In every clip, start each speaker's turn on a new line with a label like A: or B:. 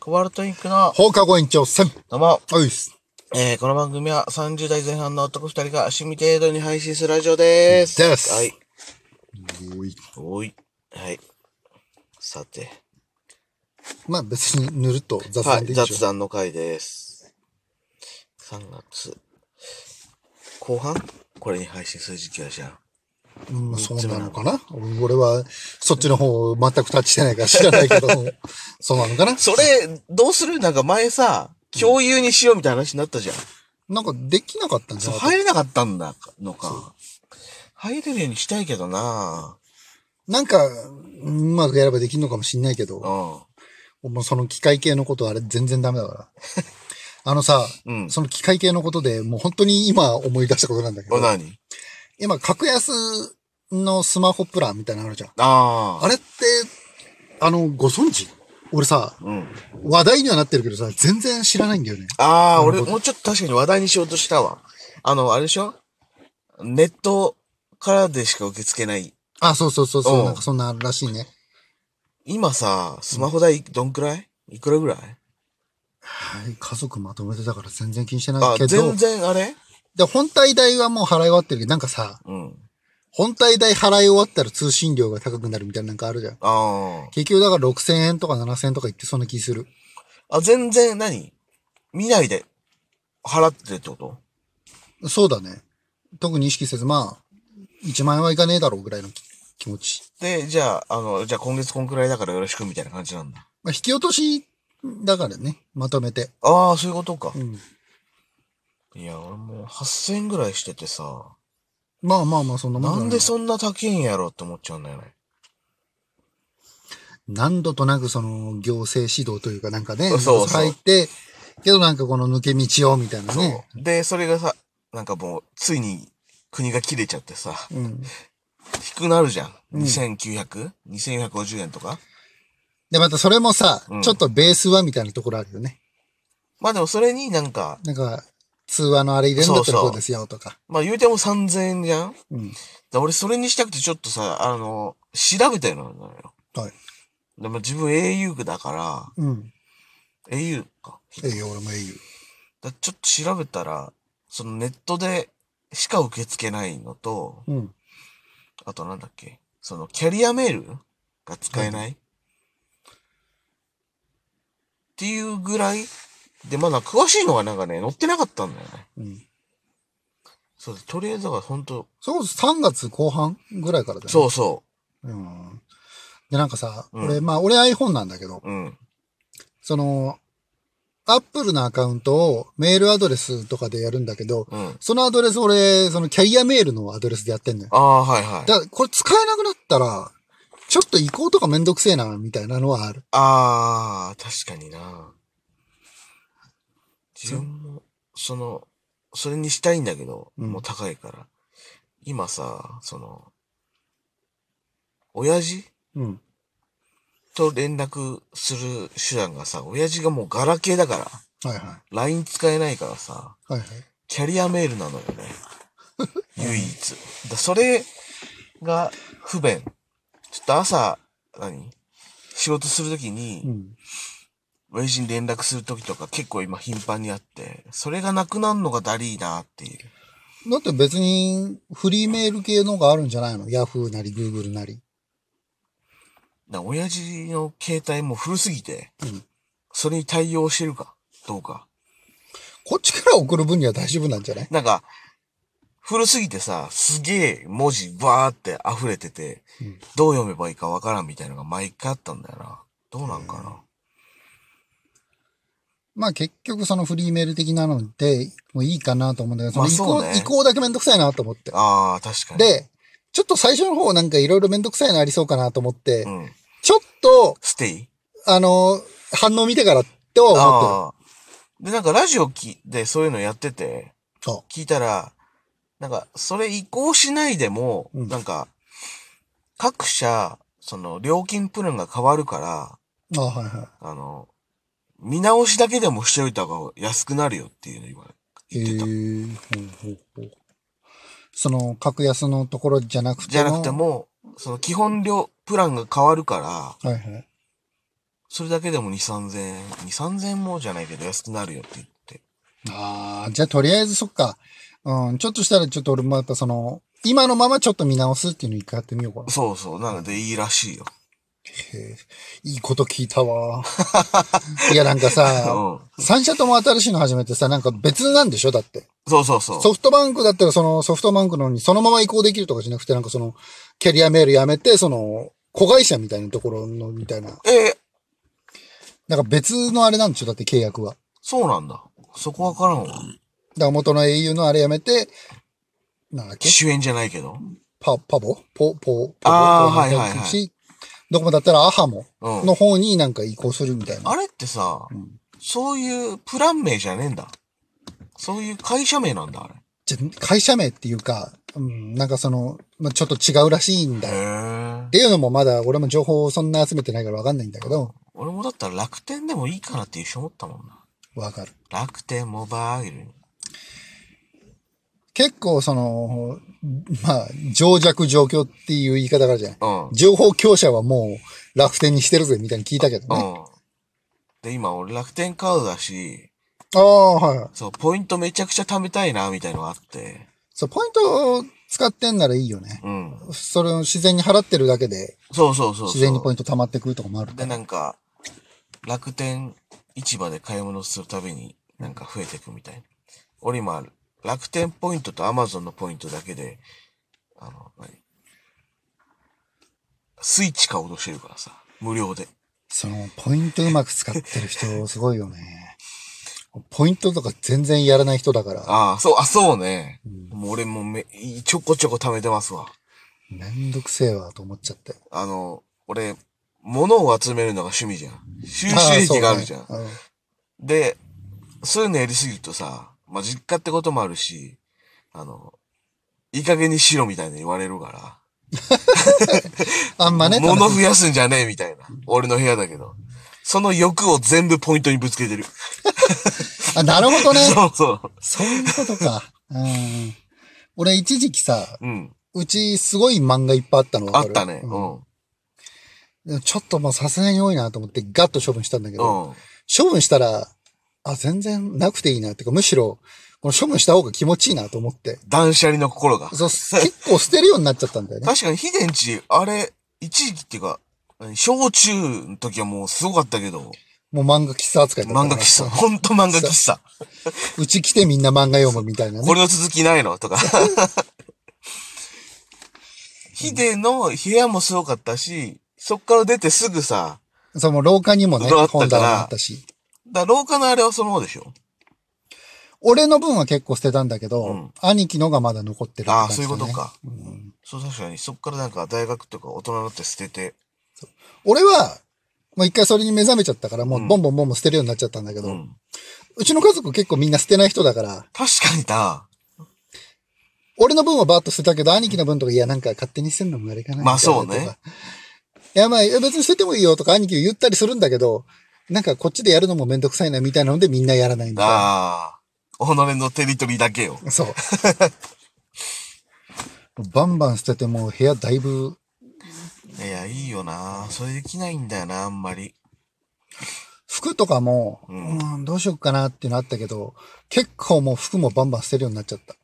A: コバルトインクの
B: 放課後延長戦。
A: どうも、
B: おいっす。
A: えー、この番組は30代前半の男2人が趣味程度に配信するラジオです。
B: です
A: はい。
B: おい。
A: おい。はい。さて。
B: まあ別にぬるっと雑
A: は
B: 談
A: い、
B: でいいで
A: 雑
B: しょ。
A: 談の回です。3月後半これに配信する時期はじゃあ。
B: うん、そうなのかな俺はそっちの方全くタッチしてないから知らないけど、 そうなのかな
A: それ、どうするなんか前さ、共有にしようみたいな話になったじゃん。
B: なんかできなかったんじゃ
A: そう、
B: な
A: 入
B: い
A: れなかったんだのか。入れるようにしたいけどな
B: なんか、うまくやればできるのかもしんないけ
A: う
B: ど、
A: ん。
B: もうその機械系のことあれ全然ダメだから。 あのさ、
A: うん
B: その機械系のことでもう本当に今思い出したことなんだけど
A: お、、何
B: 今格安のスマホプランみたいなのあるじゃん。
A: ああ。
B: あれって、あの、ご存知俺さ、
A: うん。
B: 話題にはなってるけどさ、全然知らないんだよね。
A: ああ、俺、
B: なるほど
A: もうちょっと確かに話題にしようとしたわ。あの、あれでしょネットからでしか受け付けない。
B: あ、そうそうそう
A: う
B: そ
A: ん
B: う、なんかそんならしいね。
A: 今さ、スマホ代どんくらいいくらぐらい
B: はい、家族まとめてたから全然気にしてな
A: あ
B: い、けど
A: 全、然あれ
B: で、本体代はもう払い終わってるけど、なんかさ、
A: うん。
B: 本体代払い終わったら通信料が高くなるみたいななんかあるじゃん。
A: あ
B: 結局だから6000円とか7000円とか言ってそんな気する。
A: あ。あ、全然何見ないで払ってるってこと
B: そうだね。特に意識せず、まあ、1万円はいかねえだろうぐらいの気気持ち。
A: で、じゃあ、あの、じゃあ今月こんくらいだからよろしくみたいな感じなんだ。
B: まあ、引き落としだからね、まとめて。
A: ああ、そういうことか
B: う。ん。
A: いや、俺もう8000円ぐらいしててさ、
B: まあまあまあ、そんなもんじゃ
A: ないんでそんな高いんやろって思っちゃうんだよね。
B: 何度となくその行政指導というかなんかね、
A: そうそう
B: 入って、けどなんかこの抜け道をみたいなね。
A: そうで、それがさ、なんかもう、ついに国が切れちゃってさ、
B: うん。
A: 低くなるじゃん。
B: うん
A: 2900?2450 円とか。
B: で、またそれもさ、
A: うん
B: ちょっとベースはみたいなところあるよね。
A: まあでもそれになんか、
B: なんか、通話のあれ入れるんだったら
A: そうそう
B: こうですよとか。
A: まあ言うても3000円じゃん
B: うん。
A: で俺それにしたくてちょっとさ、あの、調べたようなのよ。
B: はい。
A: でも自分 au 区だか
B: うん。
A: ら、au か。
B: ええよ、俺もええよ。
A: だちょっと調べたら、そのネットでしか受け付けないのと、
B: うん。
A: あとなんだっけ、そのキャリアメールが使えない、っていうぐらいで、まだ詳しいのがなんかね、載ってなかったんだよね。
B: うん。
A: そうですとりあえずだから本当、
B: それこそ3月後半ぐらいからだよ、ね。。
A: そうそう
B: うん。で、なんかさ、
A: うん
B: 俺、まあ俺 iPhone なんだけど、
A: う。うん。
B: その、アップルのアカウントをメールアドレスとかでやるんだけど、
A: うん。
B: そのアドレス、俺、そのキャリアメールのアドレスでやってんのよ。
A: ああ、はいはい。
B: だから、これ使えなくなったら、ちょっと移行とかめんどくせえな、みたいなのはある。
A: ああ、確かにな。自分も、その、それにしたいんだけど、
B: うん
A: もう高いから。今さ、その、親父
B: うん。
A: と連絡する手段がさ、親父がもうガラケーだから、
B: はいはい。
A: LINE 使えないからさ、
B: はいはい。
A: キャリアメールな のよね。唯一。だそれが不便。ちょっと朝、何仕事するときに、
B: うん。
A: 親父に連絡するときとか結構今頻繁にあって、それがなくなるのがだりーなっていう。
B: だって別に、フリーメール系のがあるんじゃないのヤフーなり、グーグルなり。
A: な、親父の携帯も古すぎて、
B: うん
A: それに対応してるか、どうか。
B: こっちから送る分には大丈夫なんじゃない
A: なんか、古すぎてさ、すげえ文字バーって溢れてて、
B: うん
A: どう読めばいいかわからんみたいなのが毎回あったんだよな。どうなんかな。
B: まあ結局そのフリーメール的なので、もういいかなと思うんだけど、
A: まあ
B: の移行、
A: そうね
B: 移行だけめんどくさいなと思って。
A: ああ、確かに。、
B: で、ちょっと最初の方なんかいろいろめんどくさいのありそうかなと思って、
A: うん。
B: ちょっと、
A: ステイ
B: あの、反応見てからっては思って
A: ああ。で、なんかラジオきでそういうのやってて、
B: る。そ
A: 聞いたら、なんか、それ移行しないでも、
B: うん
A: なんか、各社、その、料金プランが変わるから、
B: う。あはいは
A: あの、見直しだけでもしておいた方が安くなるよっていうの言わ
B: い。
A: 言ってた。
B: ーほうほうほうその、格安のところじゃなくても。
A: じゃなくて。も、その基本料、プランが変わるから、
B: はいはい。
A: それだけでも2、3000円、2、3000円もじゃないけど安くなるよって言って。
B: ああ、じゃあとりあえずそっか。うん、ちょっとしたらちょっと俺またその、今のままちょっと見直すっていうの一回やってみようかな。
A: そうそう、なのでいいらしいよ。
B: へえいいこと聞いた わ。いやなんかさ、
A: うん。
B: 三社とも新しいの始めてさ、なんか別なんでしょだって。
A: そうそうそう。
B: ソフトバンクだったらそのソフトバンクのにそのまま移行できるとかじゃなくて、なんかその、キャリアメールやめて、その、子会社みたいなところの、みたいな。
A: えー
B: なんか別のあれなんでしょだって契約は。
A: そうなんだ。そこわからんわ。
B: だから元の英雄のあれやめて、なんだっけ
A: 主演じゃないけど。
B: パ、パボポ、ポ、ポ、
A: あー
B: ポ
A: はいはいはい
B: し、ドコモだったらアハモ
A: うん。
B: の方になんか移行するみたいな。
A: あれってさ、
B: ん
A: そういうプラン名じゃねえんだ。そういう会社名なんだ、あれ。
B: じゃ会社名っていうか、うん、なんかその、まあ、ちょっと違うらしいんだよ。
A: へ
B: っていうのもまだ俺も情報をそんな集めてないからわかんないんだけど、
A: 俺もだったら楽天でもいいかなって一瞬思ったもんな。
B: わかる。
A: 楽天モバイル。
B: 結構その、まあ、情弱状況っていう言い方があるじゃない。
A: うん。うん。
B: 情報強者はもう楽天にしてるぜみたいに聞いたけどね。
A: で、今俺楽天カードだし、
B: ああ、はいはい。
A: そう、ポイントめちゃくちゃ貯めたいな、みたいのがあって。
B: そう、ポイントを使ってんならいいよね。
A: うん。
B: それを自然に払ってるだけで
A: そうそうそうそう。
B: 自然にポイント溜まってくるとかもあるか
A: で、
B: ら。
A: なんか、楽天市場で買い物するたびに、なんか増えていくみたいな。俺今、楽天ポイントとアマゾンのポイントだけで、あの、何スイッチ買おうとしてるからさ、無料で。
B: その、ポイントうまく使ってる人、すごいよね。ポイントとか全然やらない人だから、
A: ああ、そう、あ、そうね。もう俺もめ、ちょこちょこ貯めてますわ。
B: めんどくせえわと思っちゃって。
A: あの、俺、物を集めるのが趣味じゃん。収集癖があるじゃん
B: あ。ーそうね
A: で、そういうのやりすぎるとさ、まあ、実家ってこともあるし、あの、いい加減にしろみたいに言われるか
B: うんあんま
A: ら、
B: ね、
A: 物
B: 楽し
A: 増やすんじゃねえみたいな。俺の部屋だけど。その欲を全部ポイントにぶつけてる。
B: いあ、なるほどね。
A: そうそう。
B: そういうことか。うん。俺一時期さ、
A: うん。
B: うちすごい漫画いっぱいあったの分
A: あ
B: か
A: っ
B: る
A: たね。う
B: うん
A: ん。
B: でもちょっともうさすがに多いなと思ってガッと処分したんだけど、
A: うん。
B: 処分したら、あ、全然なくていいなっていうか、むしろ、この処分した方が気持ちいいなと思って。
A: 断捨離の心が。
B: そう、す結構捨てるようになっちゃったんだよ ね。
A: 確かに、秘伝地、あれ、一時期っていうか、何小中の時はもうすごかったけど、
B: もう漫画喫茶扱いだったから
A: 漫画喫茶。ほんと漫画喫茶。
B: うち来てみんな漫画読むみたいな
A: こ
B: ね。
A: れの続きないのとか。ヒデの部屋もすごかったし、そっから出てすぐさ、
B: その廊下にもね
A: うわあっ、たから
B: 本棚があったし。
A: だ廊下のあれはその方でしょ
B: 俺の分は結構捨てたんだけど、
A: うん
B: 兄貴のがまだ残ってるって
A: あ
B: 感
A: あ、
B: じ
A: そう
B: だ
A: いう
B: ね、
A: ことか。そう、確かに、そっからなんか大学とか大人になって捨てて、
B: 俺は、もう一回それに目覚めちゃったから、もううボンボンボンボン捨てるようになっちゃったんだけど、
A: う。
B: うんちの家族結構みんな捨てない人だから、
A: 確かにだ。
B: 俺の分はバーッと捨てたけど、兄貴の分とか、いや、なんか勝手に捨てるのもあれかな。
A: まあそうね
B: みたいなとか。いや、まあ、いや別に捨ててもいいよとか兄貴言ったりするんだけど、なんかこっちでやるのもめんどくさいなみたいなのでみんなやらないんだ。
A: ああ、己のテリトリーだけよ。
B: そう。バンバン捨ててもう部屋だいぶ、
A: いや、いいよな。それできないんだよな、あんまり。
B: 服とかも、う
A: うん
B: ーん、どうしようかなっていうのあったけど、結構もう服もバンバン捨てるようになっちゃった。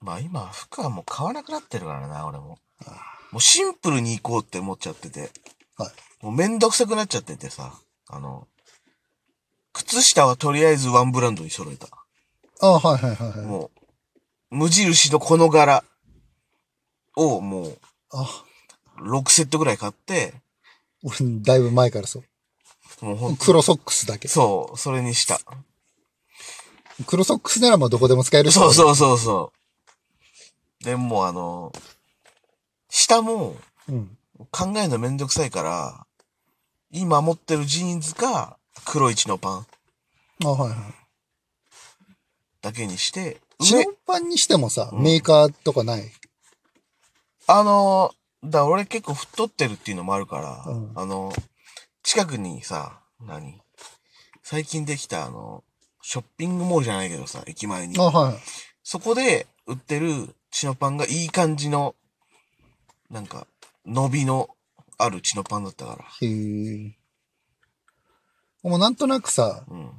A: まあ今、服はもう買わなくなってるからな、俺も。もうシンプルに行こうって思っちゃってて。
B: はい。
A: もうめんどくさくなっちゃっててさ、あの、靴下はとりあえずワンブランドに揃えた。
B: ああ、はいはいはいはい。
A: もう、無印のこの柄をもう
B: あ、
A: 6セットぐらい買って、
B: 俺だいぶ前からそう。
A: もうほんと、
B: 黒ソックスだけ。
A: そう、それにした。
B: 黒ソックスならもうどこでも使えるし。
A: そうそうそうそう。でもうあの、下も
B: うん。
A: 考えるのめんどくさいから、今持ってるジーンズか黒一のパン
B: あはいはい。
A: だけにして、上
B: 白パンにしてもさ、メーカーとかない。
A: あのー、だから俺結構太ってるっていうのもあるから、
B: うん
A: あのー、近くにさ、何最近できたあの、ショッピングモールじゃないけどさ、駅前に
B: あ、。はい。
A: そこで売ってるチノパンがいい感じの、なんか、伸びのあるチノパンだったから、
B: へえ。もうなんとなくさ、
A: うん。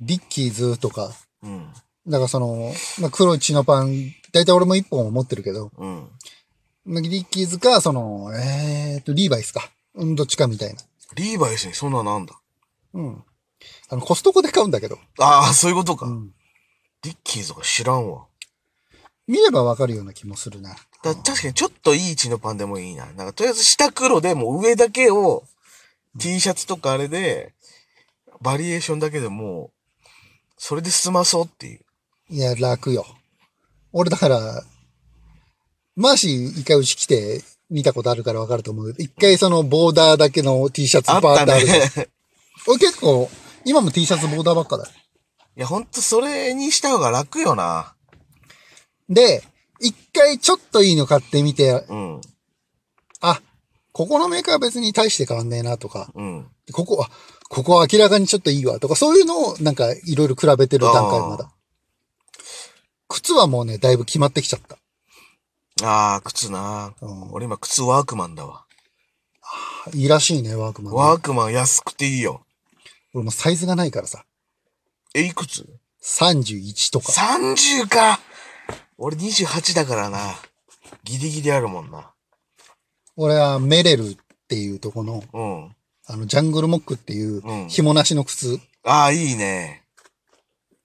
B: リッキーズとか、
A: うん。
B: だからその、まあ、黒い血のパン、だいたい俺も一本持ってるけど、
A: うん。
B: まあリッキーズか、その、えーと、リーバイスか。うん、どっちかみたいな。
A: リーバイスにそんななんだ。
B: うん。あの、コストコで買うんだけど。
A: ああ、そういうことか。
B: うん。
A: リッキーとか知らんわ。
B: 見ればわかるような気もするな。
A: だ確かにちょっといい血のパンでもいいな。なんかとりあえず下黒でもう上だけを T シャツとかあれで、バリエーションだけでもう、それで済まそうっていう。
B: いや、楽よ。俺だから、マーシー一回うち来て見たことあるからわかると思うけど、一回そのボーダーだけの T シャツ
A: あっ
B: バーったてあるじゃん。
A: ね。
B: 俺結構、今も T シャツボーダーばっかだよ。
A: いや、ほんとそれにした方が楽よな。
B: で、一回ちょっといいの買ってみて、
A: うん。
B: あ、ここのメーカーは別に大して変わんねえなとか、
A: うん。
B: ここは、ここは明らかにちょっといいわとか、そういうのをなんかいろいろ比べてる段階まだ。靴はもうね、だいぶ決まってきちゃった。
A: ああ、靴な。
B: うん
A: 俺今靴ワークマンだわ。
B: いいらしいね、ワークマンね、
A: ワークマン安くていいよ。
B: 俺もうサイズがないからさ。
A: え、いくつ
B: 31とか。
A: ?30 か俺28だからな。ギリギリあるもんな。
B: 俺はメレルっていうとこの、
A: うん。
B: あの、ジャングルモックっていう
A: うん
B: 紐なしの靴。
A: ああ、いいね。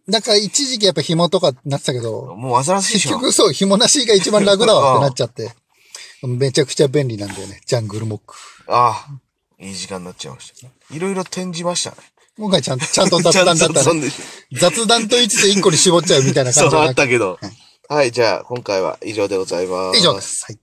B: だから一時期やっぱ紐とかなってたけど、
A: もう煩わしいで
B: 結
A: しょ。
B: 局そう、紐なしが一番楽だわってなっちゃって。めちゃくちゃ便利なんだよね。ジャングルモック。
A: ああ、いい時間になっちゃいました。いろいろ展示ましたね。
B: 今回ちゃんと、ちゃんと雑
A: ちゃ
B: 談
A: ん
B: だっ
A: と
B: た
A: そ
B: ね。
A: んで、
B: 雑談と言いつつ一個に絞っちゃうみたいな
A: そう
B: 感じじゃ
A: あ
B: な
A: っ
B: くて
A: たけど。はい、じゃあ今回は以上でございます。
B: 以上で。す。はい。